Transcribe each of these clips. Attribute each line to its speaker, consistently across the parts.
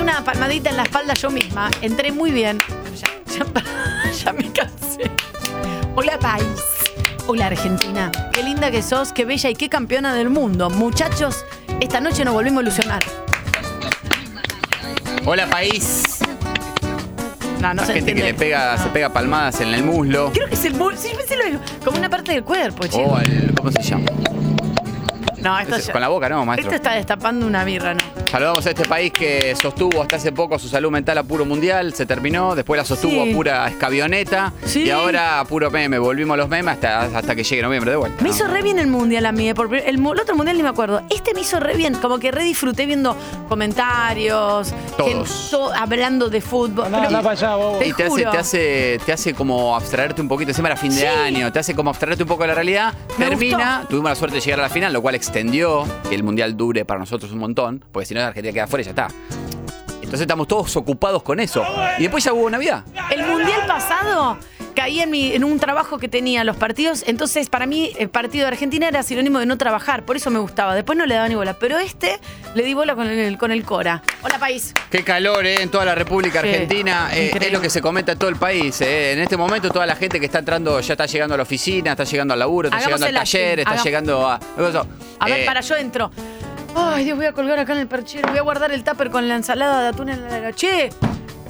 Speaker 1: una palmadita en la espalda yo misma. Entré muy bien. Pero ya, ya- ya me cansé. Hola, país. Hola, Argentina. Qué linda que sos, qué bella y qué campeona del mundo. Muchachos, esta noche nos volvemos a ilusionar.
Speaker 2: Hola, país.
Speaker 1: No, no
Speaker 2: Hay
Speaker 1: se
Speaker 2: gente que
Speaker 1: entiende.
Speaker 2: le pega, se pega palmadas en el muslo.
Speaker 1: Creo que es el bol- sí, pensé lo mismo. Como una parte del cuerpo,
Speaker 2: O
Speaker 1: chico.
Speaker 2: al- ¿Cómo se llama?
Speaker 1: no, esto
Speaker 2: Es-
Speaker 1: ya-
Speaker 2: Oh, Con la boca, no, maestro.
Speaker 1: Esto está destapando una birra, ¿no?
Speaker 2: Saludamos a este país que sostuvo hasta hace poco su salud mental a puro mundial, se terminó, después la sostuvo
Speaker 1: Sí.
Speaker 2: a pura escabioneta
Speaker 1: Sí.
Speaker 2: y ahora a puro meme. Volvimos a los memes hasta, hasta que llegue noviembre de vuelta.
Speaker 1: Me
Speaker 2: ¿no?
Speaker 1: hizo re bien el mundial a mí, eh, por pri- el, mu- el otro mundial ni me acuerdo. Este me hizo re bien, como que re disfruté viendo comentarios,
Speaker 2: Todos.
Speaker 1: gente- to- hablando de fútbol. pero-
Speaker 2: y te hace,
Speaker 1: juro.
Speaker 2: te, hace, te hace como abstraerte un poquito, encima era fin de
Speaker 1: Sí.
Speaker 2: año, te hace como abstraerte un poco de la realidad.
Speaker 1: Me
Speaker 2: Termina,
Speaker 1: gustó.
Speaker 2: tuvimos la suerte de llegar a la final, lo cual extendió que el mundial dure para nosotros un montón, porque si no, la Argentina queda fuera y ya está. Entonces estamos todos ocupados con eso. Y después ya hubo Navidad.
Speaker 1: El mundial pasado caí en, mi- en un trabajo que tenía los partidos, entonces para mí el partido de Argentina era sinónimo de no trabajar, por eso me gustaba. Después no le daba ni bola, pero este le di bola con el, con el Cora. Hola país.
Speaker 2: Qué calor eh, en toda la República
Speaker 1: Sí,
Speaker 2: Argentina. Eh,
Speaker 1: increíble.
Speaker 2: es lo que se comenta en todo el país. eh. En este momento toda la gente que está entrando ya está llegando a la oficina, está llegando al laburo, está
Speaker 1: Hagamos
Speaker 2: llegando
Speaker 1: el
Speaker 2: al
Speaker 1: acting,
Speaker 2: taller, está
Speaker 1: hagamos-
Speaker 2: llegando a...
Speaker 1: A ver,
Speaker 2: Eh,
Speaker 1: para yo entro. Ay, Dios, voy a colgar acá en el perchero, voy a guardar el tupper con la ensalada de atún en la heladera. Che,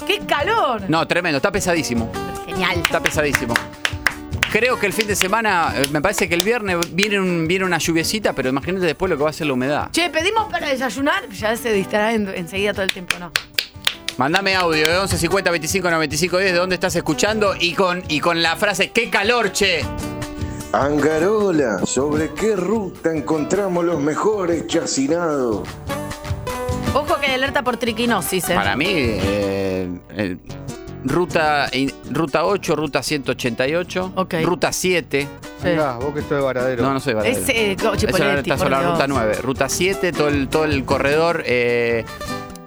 Speaker 1: qué calor.
Speaker 2: No, tremendo, está pesadísimo.
Speaker 1: Genial.
Speaker 2: Está pesadísimo. Creo que el fin de semana, eh, me parece que el viernes viene, un- viene una lluviecita, pero imagínate después lo que va a ser la humedad.
Speaker 1: Che, pedimos para desayunar. Ya se distraen enseguida todo el tiempo, ¿no?
Speaker 2: Mandame audio eh, de 1150 25 95 10 de dónde estás escuchando y con, y con la frase ¡Qué calor, che!
Speaker 3: Angarola, ¿sobre qué ruta encontramos los mejores chacinados?
Speaker 1: Ojo que hay alerta por triquinosis, ¿eh?
Speaker 2: Para mí, eh, eh, ruta, in- ruta 8, ruta 188,
Speaker 1: Ok.
Speaker 2: ruta 7.
Speaker 1: Sí.
Speaker 4: vos que sos de varadero.
Speaker 2: No, no soy verdadero.
Speaker 1: Es, eh, Cochi
Speaker 2: Eso era-
Speaker 1: Poletti,
Speaker 2: está
Speaker 1: por
Speaker 2: sobre la
Speaker 1: Dios.
Speaker 2: ruta 9. Ruta 7, todo el, todo el corredor eh,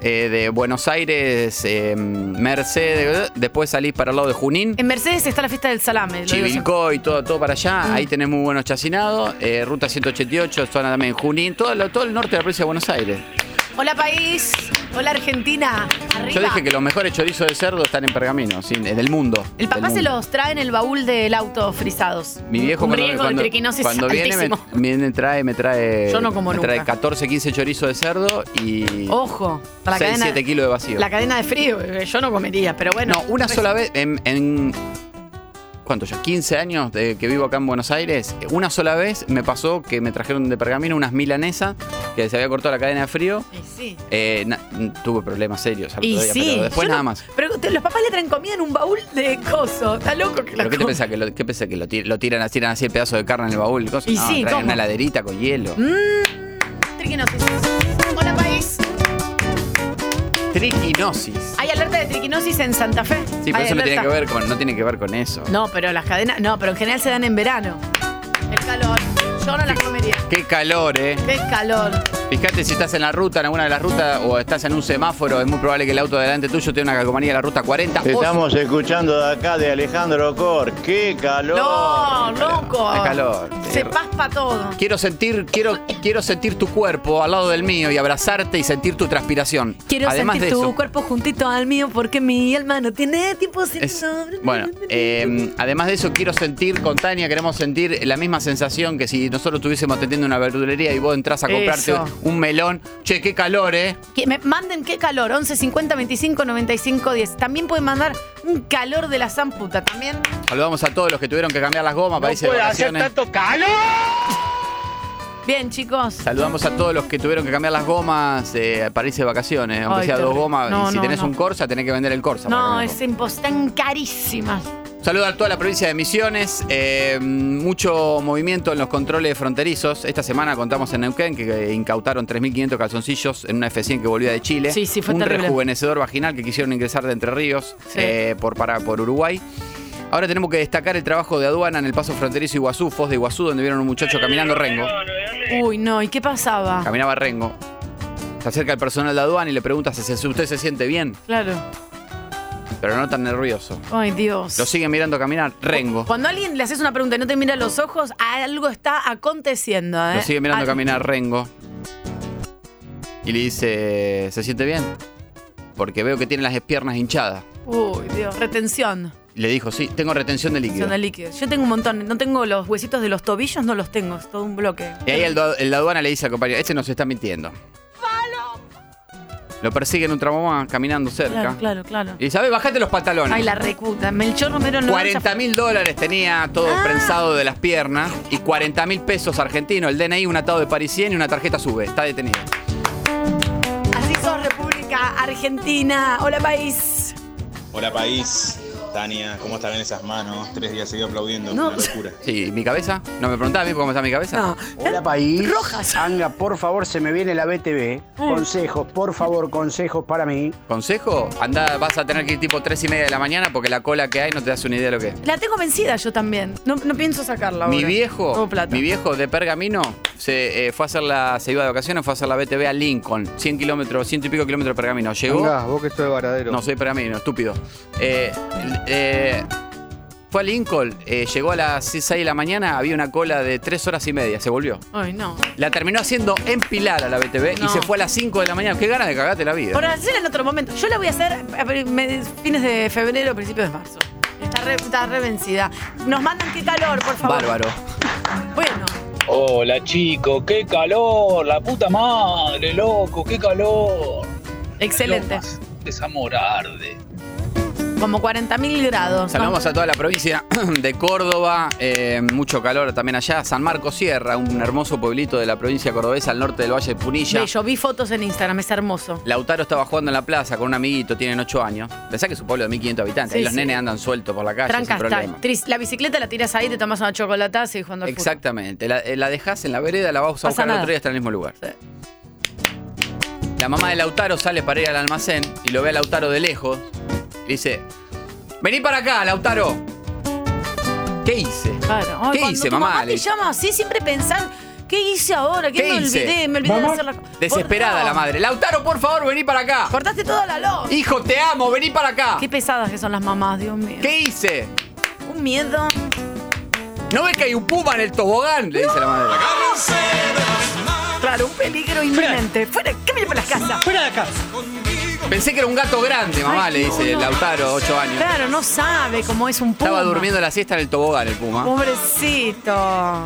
Speaker 2: eh, de Buenos Aires, eh, Mercedes, después salís para el lado de Junín.
Speaker 1: En Mercedes está la fiesta del salame. lo digo siempre.
Speaker 2: Chivilcoy, todo, todo para allá, ahí tenés muy buenos chacinados, eh, ruta 188, zona también Junín, todo, lo- todo el norte de la provincia de Buenos Aires.
Speaker 1: Hola, país. Hola, Argentina. Arriba.
Speaker 2: Yo dije que los mejores chorizos de cerdo están en pergamino, sí, del mundo.
Speaker 1: El papá
Speaker 2: del
Speaker 1: se
Speaker 2: mundo.
Speaker 1: los trae en el baúl del auto frisados.
Speaker 2: Mi viejo
Speaker 1: Un
Speaker 2: cuando,
Speaker 1: riesgo
Speaker 2: cuando-
Speaker 1: de triquinosis
Speaker 2: cuando viene me,
Speaker 1: altísimo.
Speaker 2: viene, trae, me trae.
Speaker 1: Yo no como
Speaker 2: me
Speaker 1: nunca.
Speaker 2: trae 14, 15 chorizos de cerdo y.
Speaker 1: Ojo. para La
Speaker 2: 6,
Speaker 1: cadena,
Speaker 2: 7 kilos de vacío.
Speaker 1: La cadena de frío. eh, Yo no comería, pero bueno.
Speaker 2: No, una
Speaker 1: Pues,
Speaker 2: sola vez en, en- ¿Cuánto ya? 15 años de que vivo acá en Buenos Aires. Una sola vez me pasó que me trajeron de pergamino unas milanesas que se había cortado la cadena de frío.
Speaker 1: y Sí.
Speaker 2: Eh, na- mm, tuve problemas serios al
Speaker 1: Y
Speaker 2: otro día,
Speaker 1: sí.
Speaker 2: pero después
Speaker 1: Yo no-
Speaker 2: nada más.
Speaker 1: Pero te- los papás le traen comida en un baúl de coso. Está loco que la
Speaker 2: ¿Pero qué te
Speaker 1: com-
Speaker 2: pensás? ¿Que lo, qué pensás? ¿Que lo, ti- lo tiran, así, tiran así el pedazo de carne en el baúl? y cosas?
Speaker 1: Y sí,
Speaker 2: No, traen
Speaker 1: ¿cómo? Mm.
Speaker 2: una laderita con hielo.
Speaker 1: Triquinosis. Hola, país.
Speaker 2: Triquinosis.
Speaker 1: Hay alerta de triquinosis en Santa Fe.
Speaker 2: Sí, pero
Speaker 1: Hay
Speaker 2: eso no tiene,
Speaker 1: alerta.
Speaker 2: que ver con, no tiene que ver con eso.
Speaker 1: No, pero las cadenas. No, pero en general se dan en verano. El calor. Yo no las comería.
Speaker 2: Qué calor, eh.
Speaker 1: Qué calor.
Speaker 2: Fíjate si estás en la ruta, en alguna de las rutas, o estás en un semáforo, es muy probable que el auto delante tuyo tenga una calcomanía de la ruta 40. O-
Speaker 5: Estamos escuchando de acá de Alejandro Cor. ¡Qué calor!
Speaker 1: No, loco.
Speaker 2: Hay calor. eh.
Speaker 1: Se paspa todo.
Speaker 2: Quiero sentir, quiero, quiero sentir tu cuerpo al lado del mío y abrazarte y sentir tu transpiración.
Speaker 1: Quiero
Speaker 2: Además
Speaker 1: sentir
Speaker 2: de
Speaker 1: tu
Speaker 2: eso,
Speaker 1: cuerpo juntito al mío porque mi alma no tiene tiempo sin
Speaker 2: es-
Speaker 1: no-
Speaker 2: bueno, eh, además de eso quiero sentir con Tania, queremos sentir la misma sensación que si nosotros estuviésemos atendiendo una verdulería y vos entras a comprarte
Speaker 1: Eso.
Speaker 2: un melón. Che, qué calor, eh.
Speaker 1: Que me manden qué calor. 11 50 25 95 10. También pueden mandar un calor de la zamputa. También.
Speaker 2: Saludamos a todos los que tuvieron que cambiar las gomas para irse de vacaciones.
Speaker 1: Bien, chicos.
Speaker 2: Saludamos a todos los que tuvieron que cambiar las gomas eh, para irse de vacaciones. Aunque
Speaker 1: Ay,
Speaker 2: sea dos
Speaker 1: terrible.
Speaker 2: gomas,
Speaker 1: No,
Speaker 2: y si
Speaker 1: no,
Speaker 2: tenés
Speaker 1: no.
Speaker 2: un Corsa, tenés que vender el Corsa. para
Speaker 1: No,
Speaker 2: cambiar
Speaker 1: es imposible. Están carísimas.
Speaker 2: Saludo a toda la provincia de Misiones. eh, mucho movimiento en los controles fronterizos. Esta semana contamos en Neuquén que eh, incautaron 3.500 calzoncillos en una F100 que volvía de Chile.
Speaker 1: Sí, sí, fue
Speaker 2: Un
Speaker 1: terrible.
Speaker 2: rejuvenecedor vaginal que quisieron ingresar de Entre Ríos
Speaker 1: Sí.
Speaker 2: eh, por, para, por Uruguay. Ahora tenemos que destacar el trabajo de aduana en el paso fronterizo Iguazú, Foz de Iguazú, donde vieron a un muchacho caminando rengo.
Speaker 1: Uy, no. ¿Y qué pasaba?
Speaker 2: Caminaba rengo. Se acerca el personal de aduana y le pregunta si se- si usted se siente bien,
Speaker 1: Claro.
Speaker 2: pero no tan nervioso.
Speaker 1: Ay, Dios.
Speaker 2: Lo siguen mirando caminar, rengo.
Speaker 1: Cuando a alguien le haces una pregunta y no te mira a los ojos, algo está aconteciendo. ¿eh?
Speaker 2: Lo sigue mirando
Speaker 1: Al-
Speaker 2: caminar Rengo. Y le dice, ¿se siente bien? porque veo que tiene las piernas hinchadas.
Speaker 1: Uy, Dios, retención.
Speaker 2: Le dijo, sí, tengo retención de líquido.
Speaker 1: Retención de líquido. Yo tengo un montón. No tengo los huesitos de los tobillos, no los tengo. Es todo un bloque.
Speaker 2: Y ahí el, do- el aduana le dice al compañero, este nos está mintiendo. Lo persiguen un tramo más, caminando cerca.
Speaker 1: Claro, claro, claro.
Speaker 2: Y sabe, bajate los pantalones.
Speaker 1: Ay, la recuta. Melchor Romero no. Ah.
Speaker 2: 40 mil dólares tenía todo prensado de las piernas y 40 mil pesos argentinos, el DNI, un atado de parisien y una tarjeta sube. Está detenido.
Speaker 1: Así sos, República Argentina. Hola, país.
Speaker 4: Hola país, Tania, ¿cómo están esas manos? Tres días seguido aplaudiendo,
Speaker 1: No.
Speaker 4: una locura.
Speaker 2: Sí, ¿mi cabeza? ¿No me preguntás a mí cómo está mi cabeza?
Speaker 1: No.
Speaker 6: Hola país.
Speaker 1: Rojas.
Speaker 6: Anga, por favor, se me viene la BTV. Consejos, por favor, consejos para mí.
Speaker 2: ¿Consejo? Andá, vas a tener que ir tipo 3 y media de la mañana porque la cola que hay no te das una idea de lo que es.
Speaker 1: La tengo vencida yo también. No, no pienso sacarla ahora.
Speaker 2: Mi viejo,
Speaker 1: Tengo plata.
Speaker 2: mi viejo de Pergamino se eh, fue a hacer la, se iba de vacaciones, fue a hacer la BTV a Lincoln, 100 kilómetros, ciento y pico kilómetros de Pergamino. Llegó,
Speaker 7: Mirá, vos que sos de Varadero.
Speaker 2: no soy Pergamino, estúpido. Eh, eh, fue a Lincoln, eh, llegó a las 6 de la mañana, había una cola de 3 horas y media, se volvió.
Speaker 1: Ay, no.
Speaker 2: La terminó haciendo en Pilar a la BTV
Speaker 1: No.
Speaker 2: y se fue a las 5 de la mañana. Qué ganas de cagarte la vida.
Speaker 1: Por hacer en otro momento. Yo la voy a hacer a pri- me- fines de febrero, principios de marzo. Está re, está re vencida. Nos mandan qué calor, por favor.
Speaker 2: Bárbaro.
Speaker 1: Bueno,
Speaker 8: Hola chicos, qué calor, la puta madre, loco, qué calor.
Speaker 1: excelente.
Speaker 8: Lomas De Zamora arde.
Speaker 1: Como 40.000 grados.
Speaker 2: Saludamos a toda la provincia de Córdoba, eh, mucho calor también allá. San Marcos Sierra, un hermoso pueblito de la provincia cordobesa al norte del Valle de Punilla.
Speaker 1: Bello, vi fotos en Instagram, es hermoso.
Speaker 2: Lautaro estaba jugando en la plaza con un amiguito, tienen 8 años. Pensá que es un pueblo de 1500 habitantes.
Speaker 1: Sí,
Speaker 2: Ahí los
Speaker 1: sí.
Speaker 2: nenes andan sueltos por la calle
Speaker 1: Tranca
Speaker 2: sin
Speaker 1: está.
Speaker 2: problema.
Speaker 1: Tris- La bicicleta la tiras ahí, te tomas una chocolatada y seguís jugando al fútbol.
Speaker 2: Exactamente. La, eh, la dejás en la vereda, la vas a
Speaker 1: Pasa
Speaker 2: buscar al
Speaker 1: nada.
Speaker 2: otro día hasta en el mismo lugar.
Speaker 1: Sí.
Speaker 2: La mamá de Lautaro sale para ir al almacén y lo ve a Lautaro de lejos. Y dice: Vení para acá, Lautaro. ¿Qué hice?
Speaker 1: Claro. Ay,
Speaker 2: ¿Qué
Speaker 1: cuando
Speaker 2: hice,
Speaker 1: tu
Speaker 2: mamá?
Speaker 1: mamá
Speaker 2: Le-
Speaker 1: te llama así, siempre pensás, ¿qué hice ahora? ¿Qué,
Speaker 2: ¿Qué
Speaker 1: me
Speaker 2: hice?
Speaker 1: olvidé? Me olvidé de
Speaker 6: Mamá,
Speaker 1: hacer la co-
Speaker 2: Desesperada
Speaker 1: Por-
Speaker 2: la
Speaker 1: no.
Speaker 2: madre. Lautaro, por favor, vení para acá.
Speaker 1: Cortaste toda la luz.
Speaker 2: Hijo, te amo, vení para acá.
Speaker 1: Qué pesadas que son las mamás, Dios mío.
Speaker 2: ¿Qué hice?
Speaker 1: Un miedo.
Speaker 2: ¿No ves que hay un puma en el tobogán? Le dice la madre.
Speaker 1: Claro, un peligro inminente. Fuera, cámbiale por las casas.
Speaker 6: Fuera de acá.
Speaker 2: Pensé que era un gato grande, mamá,
Speaker 1: Ay,
Speaker 2: le dice
Speaker 1: no, no.
Speaker 2: Lautaro, 8 años.
Speaker 1: Claro, no sabe cómo es un puma.
Speaker 2: Estaba durmiendo la siesta en el tobogán el puma.
Speaker 1: Pobrecito.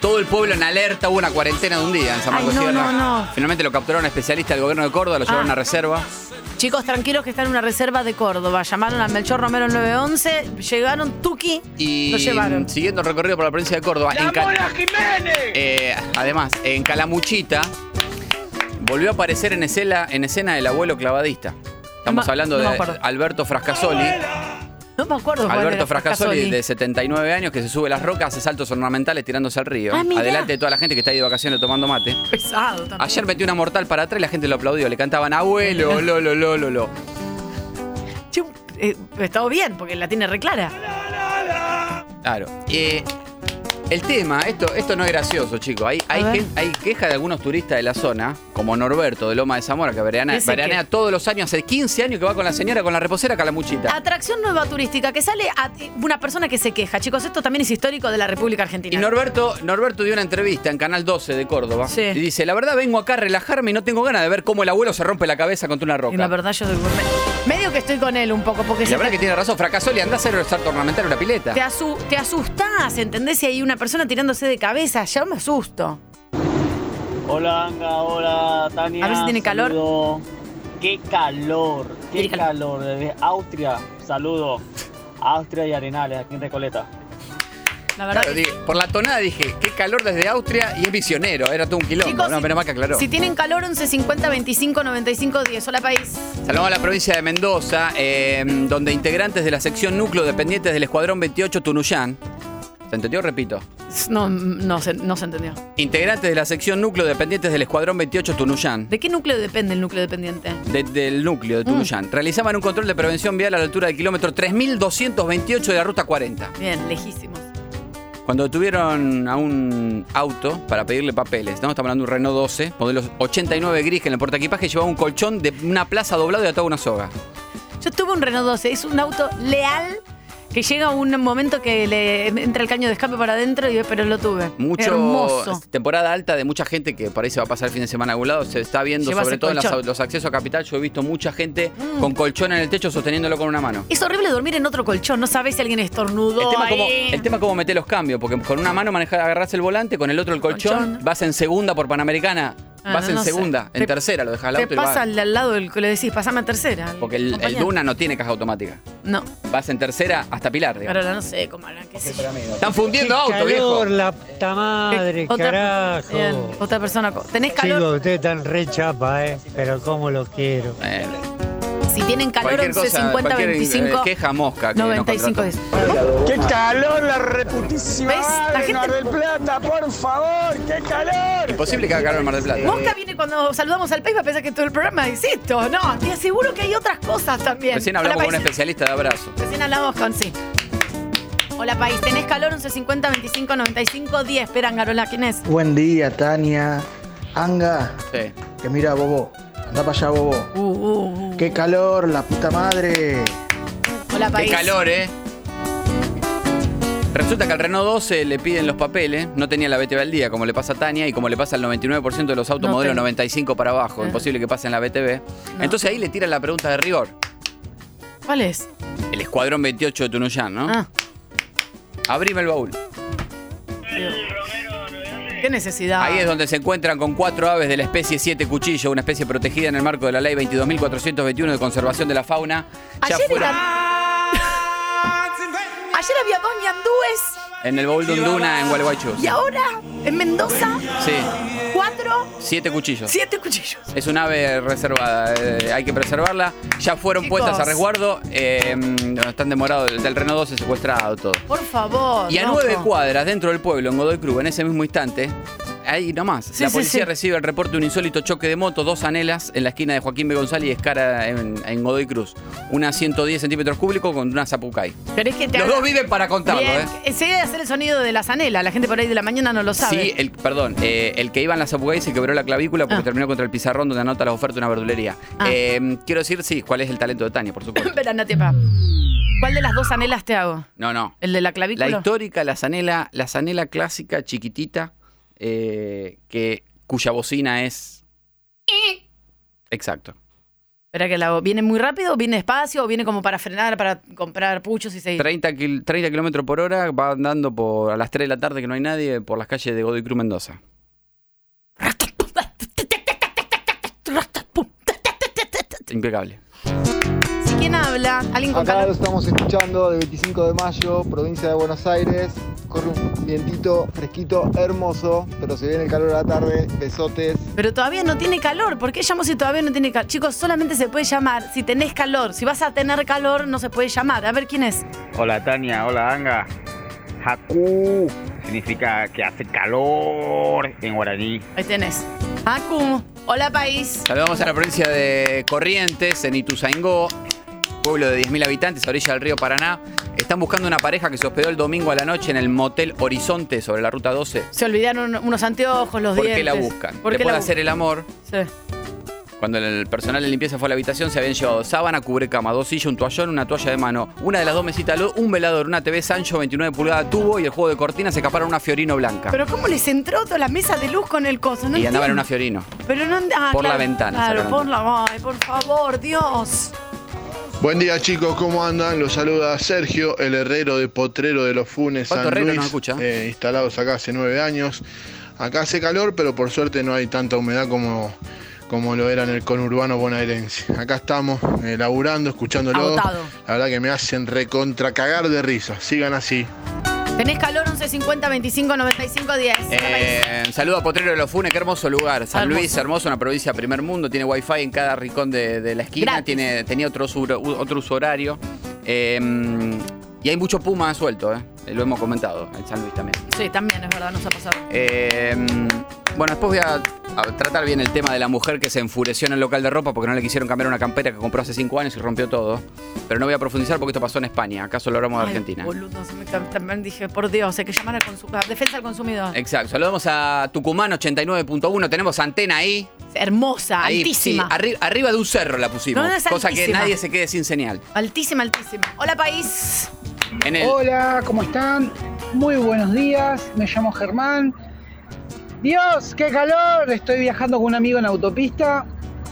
Speaker 2: Todo el pueblo en alerta, hubo una cuarentena de un día en San
Speaker 1: Ay,
Speaker 2: Marcos
Speaker 1: no,
Speaker 2: Sierra.
Speaker 1: no, Ah. no.
Speaker 2: Finalmente lo capturaron especialista del gobierno de Córdoba, lo llevaron a una reserva.
Speaker 1: Chicos, tranquilos que está en una reserva de Córdoba. Llamaron a Melchor Romero al 911, llegaron Tuki,
Speaker 2: Y
Speaker 1: lo llevaron.
Speaker 2: siguiendo el recorrido por la provincia de Córdoba, en Ca- Eh, además, en Calamuchita volvió a aparecer en escena, en escena el abuelo clavadista. Estamos
Speaker 1: No,
Speaker 2: hablando
Speaker 1: no me
Speaker 2: de
Speaker 1: acuerdo.
Speaker 2: Alberto Frascasoli.
Speaker 1: No me acuerdo cuál
Speaker 2: Alberto
Speaker 1: era,
Speaker 2: Frascasoli, de 79 años, que se sube a las rocas, hace saltos ornamentales tirándose al río.
Speaker 1: Ah, mirá. Ah,
Speaker 2: Adelante de toda la gente que está ahí de vacaciones tomando mate.
Speaker 1: Pesado también.
Speaker 2: Ayer metió una mortal para atrás y la gente lo aplaudió. Le cantaban, abuelo, lo, lo, lo, lo, lo.
Speaker 1: Che, eh, estado bien, porque la tiene reclara.
Speaker 2: Claro. Eh, el tema, esto, esto no es gracioso, chicos. Hay, hay,
Speaker 1: ver.
Speaker 2: gen- hay queja de algunos turistas de la zona, como Norberto de Loma de Zamora, que verana-
Speaker 1: Ese que-
Speaker 2: veranea todos los años, hace 15 años que va con la señora con la reposera calamuchita.
Speaker 1: Atracción nueva turística, que sale a- una persona que se queja. Chicos, esto también es histórico de la República Argentina.
Speaker 2: Y Norberto, Norberto dio una entrevista en Canal 12 de Córdoba
Speaker 1: Sí.
Speaker 2: y dice, la verdad vengo acá a relajarme y no tengo ganas de ver cómo el abuelo se rompe la cabeza contra una roca.
Speaker 1: Y la verdad yo soy gourmet. Medio que estoy con él un poco, porque
Speaker 2: Y la
Speaker 1: se
Speaker 2: verdad que tiene razón, fracasó, le andá a hacer el salto ornamental a una pileta.
Speaker 1: te, asu- te asustás, ¿entendés? Si hay una persona tirándose de cabeza, ya me asusto.
Speaker 5: Hola, Anga, hola, Tania.
Speaker 1: A ver si tiene calor.
Speaker 5: Saludo. Qué calor, qué
Speaker 1: Tiene calor.
Speaker 5: calor. Desde Austria, saludo. Austria y Arenales, aquí en Recoleta.
Speaker 1: La verdad.
Speaker 2: Claro,
Speaker 1: que-
Speaker 2: dije, por la tonada dije, qué calor desde Austria y es misionero, era todo un quilombo.
Speaker 1: Chicos,
Speaker 2: no,
Speaker 1: si-
Speaker 2: menos mal que aclaró.
Speaker 1: Si tienen calor, 11 50 25 95 10. Hola, país.
Speaker 2: Saludamos a la provincia de Mendoza, eh, donde integrantes de la sección núcleo dependientes del Escuadrón 28 Tunuyán. ¿Se entendió? Repito.
Speaker 1: No, no, se, no se entendió.
Speaker 2: Integrantes de la sección núcleo dependientes del Escuadrón 28 Tunuyán.
Speaker 1: ¿De qué núcleo depende el núcleo dependiente?
Speaker 2: de- del núcleo de Tunuyán. Realizaban un control de prevención vial a la altura del kilómetro 3228 de la ruta 40.
Speaker 1: Bien, lejísimos.
Speaker 2: Cuando detuvieron a un auto para pedirle papeles, ¿no? Estamos hablando de un Renault 12, modelo 89 gris, que en el portaequipaje llevaba un colchón de una plaza doblado y atado a una soga.
Speaker 1: Yo tuve un Renault 12, es un auto leal Que llega un momento que le entra el caño de escape para adentro y ve, pero lo tuve.
Speaker 2: Mucho este,
Speaker 1: Hermoso.
Speaker 2: temporada alta de mucha gente que por ahí se va a pasar el fin de semana a algún lado. Se está viendo,
Speaker 1: Llevas
Speaker 2: sobre
Speaker 1: el
Speaker 2: todo en las-
Speaker 1: colchón. Mm.
Speaker 2: los accesos a capital, yo he visto mucha gente con colchón en el techo sosteniéndolo con una mano.
Speaker 1: Es horrible dormir en otro colchón, no sabes si alguien estornudó.
Speaker 2: El tema, es como,
Speaker 1: ahí.
Speaker 2: el tema es como meter los cambios, porque con una mano manejar, agarrás el volante, con el otro el colchón,
Speaker 1: Colchón.
Speaker 2: vas en segunda por Panamericana,
Speaker 1: Ah,
Speaker 2: vas
Speaker 1: no,
Speaker 2: en
Speaker 1: no sé.
Speaker 2: segunda, en
Speaker 1: Te-
Speaker 2: tercera lo dejas al
Speaker 1: Te
Speaker 2: auto y vas.
Speaker 1: pasa al de al lado del que le decís, pasame a tercera.
Speaker 2: Porque el, el
Speaker 1: compañero.
Speaker 2: Duna no tiene caja automática.
Speaker 1: No,
Speaker 2: Vas en tercera hasta Pilar, digamos.
Speaker 1: pero no sé cómo harán, qué sé yo.
Speaker 2: Están fundiendo auto, viejo.
Speaker 7: la puta madre,
Speaker 1: bien, otra persona. co- ¿Tenés calor?
Speaker 7: Chicos, ustedes están re chapa, ¿eh? Pero cómo los quiero.
Speaker 2: Eh,
Speaker 1: Si tienen calor,
Speaker 2: cualquier
Speaker 1: 11,
Speaker 2: cosa,
Speaker 1: 50,
Speaker 2: cualquier, eh,
Speaker 1: 25,
Speaker 2: queja mosca que nos
Speaker 1: 95
Speaker 2: contrató.
Speaker 1: es.
Speaker 6: ¡Qué calor la reputición!
Speaker 1: ¿Ves? La
Speaker 6: de Mar
Speaker 1: gente-
Speaker 6: del Plata, por favor! ¡Qué calor!
Speaker 2: Imposible que haga calor en Mar del Plata.
Speaker 1: Mosca viene cuando saludamos al país va a pensar que todo el programa es esto. No, te aseguro que hay otras cosas también.
Speaker 2: Recién hablamos
Speaker 1: Hola,
Speaker 2: con un
Speaker 1: país.
Speaker 2: especialista de abrazo.
Speaker 1: Recién hablamos con sí. Hola, país. ¿Tenés calor? 1150 25 95 10. Espera, Angarola, ¿quién es?
Speaker 9: Buen día, Tania. Anga,
Speaker 2: Sí.
Speaker 9: que mira, Bobo. Anda para allá, Bobo.
Speaker 1: Uh, uh, uh.
Speaker 9: ¡Qué calor, la puta madre!
Speaker 1: Hola, país.
Speaker 2: Qué calor, ¿eh? Resulta que al Renault 12 le piden los papeles, no tenía la BTV al día, como le pasa a Tania y como le pasa al 99% de los autos
Speaker 1: No
Speaker 2: modelo
Speaker 1: tengo.
Speaker 2: 95 para abajo,
Speaker 1: Ah.
Speaker 2: imposible que pasen la BTV.
Speaker 1: No.
Speaker 2: Entonces ahí le tiran la pregunta de rigor.
Speaker 1: ¿Cuál es?
Speaker 2: El escuadrón 28 de Tunuyán, ¿no?
Speaker 1: Ah,
Speaker 2: Abrime el baúl.
Speaker 1: qué necesidad.
Speaker 2: Ahí es donde se encuentran con cuatro aves de la especie siete cuchillo, una especie protegida en el marco de la ley 22.421 de conservación de la fauna. Ya
Speaker 1: Ayer,
Speaker 2: fuera
Speaker 1: eran- Ayer había dos ñandúes
Speaker 2: en el baúl de Unduna en Gualeguaychú.
Speaker 1: y ahora en Mendoza,
Speaker 2: Sí,
Speaker 1: cuatro,
Speaker 2: siete cuchillos.
Speaker 1: siete cuchillos.
Speaker 2: Es un ave reservada, eh, hay que preservarla. Ya fueron
Speaker 1: Chicos.
Speaker 2: puestas a resguardo, eh, mm, están demorados, el del Renault 12 secuestrado todo.
Speaker 1: Por favor.
Speaker 2: Y a
Speaker 1: loco.
Speaker 2: nueve cuadras dentro del pueblo, en Godoy Cruz, en ese mismo instante, ahí nomás,
Speaker 1: Sí,
Speaker 2: la
Speaker 1: sí,
Speaker 2: policía
Speaker 1: sí.
Speaker 2: recibe el reporte de un insólito choque de moto, dos anhelas en la esquina de Joaquín B. González y Escara en, en Godoy Cruz. Una 110 centímetros cúbicos con una zapucay.
Speaker 1: ¿Querés que te
Speaker 2: Los
Speaker 1: haga-
Speaker 2: dos viven para contarlo, ¿eh?
Speaker 1: Bien, eh, se debe hacer el sonido de la zanela. La gente por ahí de la mañana no lo sabe.
Speaker 2: Sí, el, perdón, eh, el que iba en la Zapucay se quebró la clavícula porque
Speaker 1: Ah.
Speaker 2: terminó contra el pizarrón donde anota las ofertas de una verdulería.
Speaker 1: Ah.
Speaker 2: Eh, quiero decir, sí, cuál es el talento de Tania, por supuesto.
Speaker 1: Espera, andate pa. ¿Cuál de las dos anhelas te hago?
Speaker 2: No, no.
Speaker 1: ¿El de la clavícula?
Speaker 2: La histórica, la zanela, la zanela clásica, chiquitita, eh, que, cuya bocina es. Exacto.
Speaker 1: Espera que la hago. ¿Viene muy rápido? ¿Viene despacio? ¿O viene como para frenar, para comprar puchos y seguir?
Speaker 2: 30, kil- 30 kilómetros por hora va andando por, a las 3 de la tarde que no hay nadie por las calles de Godoy Cruz Mendoza. Impecable.
Speaker 1: ¿Sí, ¿Quién habla? ¿Alguien con
Speaker 10: Acá lo
Speaker 1: calor?
Speaker 10: estamos escuchando del 25 de mayo, provincia de Buenos Aires. Corre un vientito fresquito, hermoso, pero se viene el calor a la tarde. Besotes.
Speaker 1: Pero todavía no tiene calor. ¿Por qué llamo si todavía no tiene calor? Chicos, solamente se puede llamar si tenés calor. Si vas a tener calor, no se puede llamar. A ver quién es.
Speaker 5: Hola Tania, hola Anga. Haku significa que hace calor en guaraní.
Speaker 1: Ahí tenés. Acu. Hola, país.
Speaker 2: Saludamos a la provincia de Corrientes, en Ituzaingó, pueblo de 10.000 habitantes, a orilla del río Paraná. Están buscando una pareja que se hospedó el domingo a la noche en el motel Horizonte sobre la ruta 12.
Speaker 1: Se olvidaron unos anteojos, los
Speaker 2: ¿Por
Speaker 1: dientes.
Speaker 2: qué la buscan?
Speaker 1: ¿Por qué
Speaker 2: Después
Speaker 1: la
Speaker 2: de hacer el amor,
Speaker 1: buscan? Sí.
Speaker 2: cuando el personal de limpieza fue a la habitación, se habían llevado sábana, cubrecama, dos sillas, un toallón, una toalla de mano, una de las dos mesitas, luz, un velador, una TV Sancho 29 pulgadas tubo y el juego de cortinas se escaparon una Fiorino blanca.
Speaker 1: Pero ¿cómo les entró toda la mesa de luz con el coso? No
Speaker 2: Ah. y andaban en una
Speaker 1: entiendo.
Speaker 2: Fiorino.
Speaker 1: Pero no and- ah,
Speaker 2: por la
Speaker 1: claro,
Speaker 2: ventana
Speaker 1: Claro,
Speaker 2: sacaron.
Speaker 1: por la ay, por favor, Dios.
Speaker 11: Buen día chicos, ¿cómo andan? Los saluda Sergio, el herrero de Potrero de los Funes,
Speaker 2: ¿Cuánto
Speaker 11: San
Speaker 2: herrero
Speaker 11: Luis,
Speaker 2: nos escucha?
Speaker 11: eh, instalados acá hace nueve años. Acá hace calor, pero por suerte no hay tanta humedad como, como lo era en el conurbano bonaerense. Acá estamos eh, laburando, escuchándolo.
Speaker 1: Agotado.
Speaker 11: La verdad que me hacen recontra cagar de risa. Sigan así.
Speaker 1: Tenés calor 1150 25 95 10.
Speaker 2: Eh, saludo a Potrero de los Funes, qué hermoso lugar. San
Speaker 1: Hermoso.
Speaker 2: Luis, hermoso, una provincia de primer mundo, tiene wifi en cada rincón de, de la esquina,
Speaker 1: Gratis.
Speaker 2: tiene, tenía otro, uso- otro uso horario. Eh, y hay mucho puma suelto, eh. lo hemos comentado en San Luis también.
Speaker 1: sí, también es verdad, nos ha pasado.
Speaker 2: Eh, bueno, después voy a, a tratar bien el tema de la mujer que se enfureció en el local de ropa porque no le quisieron cambiar una campera que compró hace cinco años y rompió todo. Pero no voy a profundizar porque esto pasó en España, acaso lo hablamos de
Speaker 1: Ay,
Speaker 2: Argentina.
Speaker 1: Boludo, se me ca- también dije, por Dios, hay que llamar al consumidor. Defensa al consumidor.
Speaker 2: Exacto, saludamos a Tucumán 89.1, tenemos antena ahí.
Speaker 1: Hermosa,
Speaker 2: Ahí,
Speaker 1: altísima.
Speaker 2: sí, arri- arriba de un cerro la pusimos.
Speaker 1: No, no, es
Speaker 2: cosa que
Speaker 1: altísima.
Speaker 2: nadie se quede sin señal.
Speaker 1: altísima, altísima. Hola, país.
Speaker 12: Hola, ¿cómo están? Muy buenos días, me llamo Germán. Dios, qué calor, estoy viajando con un amigo en autopista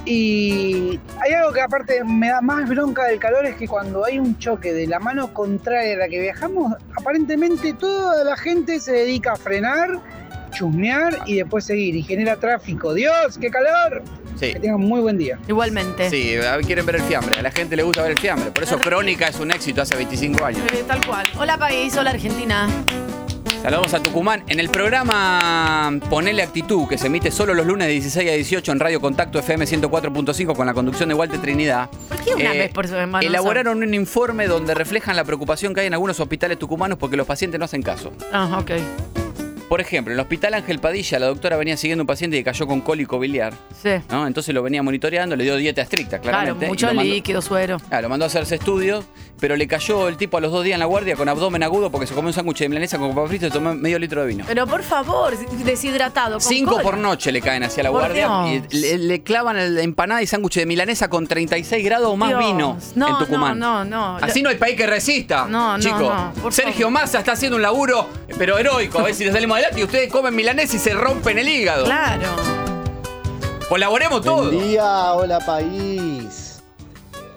Speaker 12: y hay algo que aparte me da más bronca del calor es que cuando hay un choque de la mano contraria a la que viajamos, aparentemente toda la gente se dedica a frenar, chusmear y después seguir y genera tráfico. Dios, qué calor.
Speaker 2: Sí.
Speaker 12: Que tengan muy buen día.
Speaker 1: Igualmente.
Speaker 2: Sí, a- quieren ver el fiambre. A la gente le gusta ver el fiambre. Por eso Crónica es un éxito hace 25 años.
Speaker 1: Eh, Tal cual. Hola país, hola Argentina.
Speaker 2: Saludamos a Tucumán. En el programa Ponele Actitud, que se emite solo los lunes de 16 a 18 en Radio Contacto FM 104.5 con la conducción de Walter Trinidad. Eh,
Speaker 1: ¿Por qué una vez por semana?
Speaker 2: Elaboraron un informe donde reflejan la preocupación que hay en algunos hospitales tucumanos porque los pacientes no hacen caso.
Speaker 1: Ah, ok.
Speaker 2: Por ejemplo, en el hospital Ángel Padilla, la doctora venía siguiendo un paciente que cayó con cólico biliar.
Speaker 1: Sí.
Speaker 2: ¿no? Entonces lo venía monitoreando, le dio dieta estricta,
Speaker 1: Claro,
Speaker 2: claramente. y
Speaker 1: mucho
Speaker 2: lo mandó-
Speaker 1: líquido, suero.
Speaker 2: Ah, lo mandó a hacerse estudios, pero le cayó el tipo a los dos días en la guardia con abdomen agudo porque se comió un sándwich de milanesa con papas fritas y tomó medio litro de vino.
Speaker 1: Pero por favor, deshidratado. Con
Speaker 2: Cinco
Speaker 1: cola.
Speaker 2: por noche le caen hacia la
Speaker 1: Por
Speaker 2: guardia
Speaker 1: Dios.
Speaker 2: y le, le clavan la empanada y sándwich de milanesa con 36 grados o más
Speaker 1: Dios.
Speaker 2: vino
Speaker 1: No,
Speaker 2: en Tucumán.
Speaker 1: No, no, no.
Speaker 2: Así no hay país que resista,
Speaker 1: No, no,
Speaker 2: chico.
Speaker 1: no, por
Speaker 2: Sergio Massa está haciendo un laburo, pero heroico. A ver si le salimos adelante y ustedes comen milanesa y se rompen el hígado.
Speaker 1: Claro.
Speaker 2: Colaboremos todos.
Speaker 13: Buen día, hola país.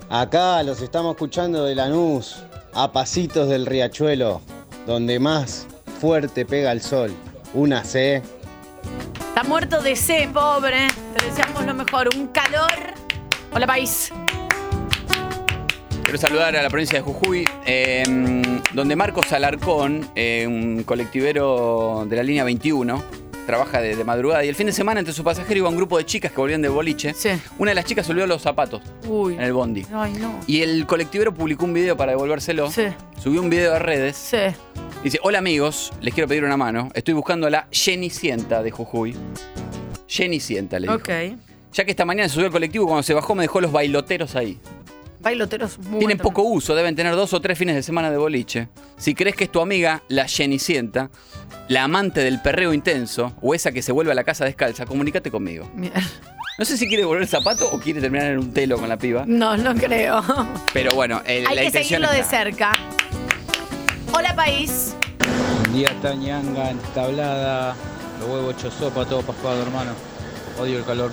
Speaker 13: Acá los estamos escuchando de Lanús, a pasitos del riachuelo, donde más fuerte pega el sol. Una C.
Speaker 1: Está muerto de sed, pobre. Te deseamos lo mejor. Un calor. Hola, país.
Speaker 2: Quiero saludar a la provincia de Jujuy, eh, donde Marcos Alarcón, eh, un colectivero de la línea 21, trabaja de, de madrugada. Y el fin de semana, entre su pasajero, iba un grupo de chicas que volvían de boliche. Una de las chicas se olvidó los zapatos
Speaker 1: Uy.
Speaker 2: en el bondi.
Speaker 1: Ay, no.
Speaker 2: Y el colectivero publicó un video para devolvérselo. Subió un video a redes.
Speaker 1: Sí.
Speaker 2: Dice, hola amigos, les quiero pedir una mano. Estoy buscando a la Jenny Sienta de Jujuy. Jenny Sienta, le dijo.
Speaker 1: Ok.
Speaker 2: Ya que esta mañana se subió al colectivo, cuando se bajó me dejó los bailoteros ahí.
Speaker 1: Bailoteros muy
Speaker 2: Tienen poco uso, deben tener dos o tres fines de semana de boliche. Si crees que es tu amiga, la Jenicienta, la amante del perreo intenso o esa que se vuelve a la casa descalza, comunícate conmigo.
Speaker 1: Mira.
Speaker 2: No sé si quiere volver el zapato o quiere terminar en un telo con la piba.
Speaker 1: No, no creo.
Speaker 2: Pero bueno, el- Eh, la
Speaker 1: Hay que
Speaker 2: intención
Speaker 1: seguirlo de
Speaker 2: está.
Speaker 1: cerca. Hola, país.
Speaker 14: Buen día, Tañanga, entablada, los huevos hecho sopa, todo pascuado, hermano. Odio el calor.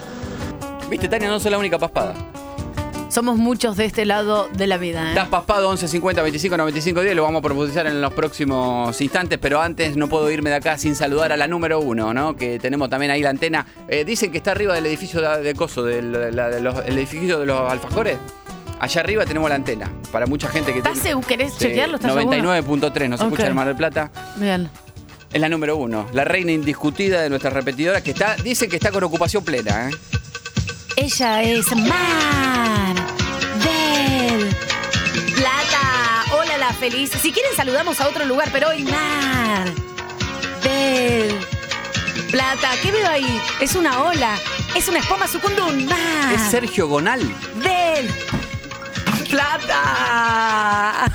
Speaker 2: Viste, Tania, no soy la única paspada.
Speaker 1: Somos muchos de este lado de la vida, ¿eh?
Speaker 2: Das Paspado 11 50 25 95 10, lo vamos a profundizar en los próximos instantes, pero antes no puedo irme de acá sin saludar a la número uno, ¿no? Que tenemos también ahí la antena. Eh, dicen que está arriba del edificio de, de Coso, del de la- de los- el edificio de los alfajores. Allá arriba tenemos la antena, para mucha gente que
Speaker 1: ¿Estás seguro? ¿Querés chequearlo? ¿Estás seguro?
Speaker 2: 99.3, nos
Speaker 1: Ok.
Speaker 2: escucha en Mar del Plata.
Speaker 1: Bien.
Speaker 2: Es la número uno, la reina indiscutida de nuestra repetidora, que está, dicen que está con ocupación plena, ¿eh?
Speaker 1: Ella es Mar del Plata. Hola, la feliz. Si quieren, saludamos a otro lugar, pero hoy Mar del Plata. ¿Qué veo ahí? Es una ola. Es una espuma sucundum. Mar
Speaker 2: Es Sergio Gonal.
Speaker 1: del Plata.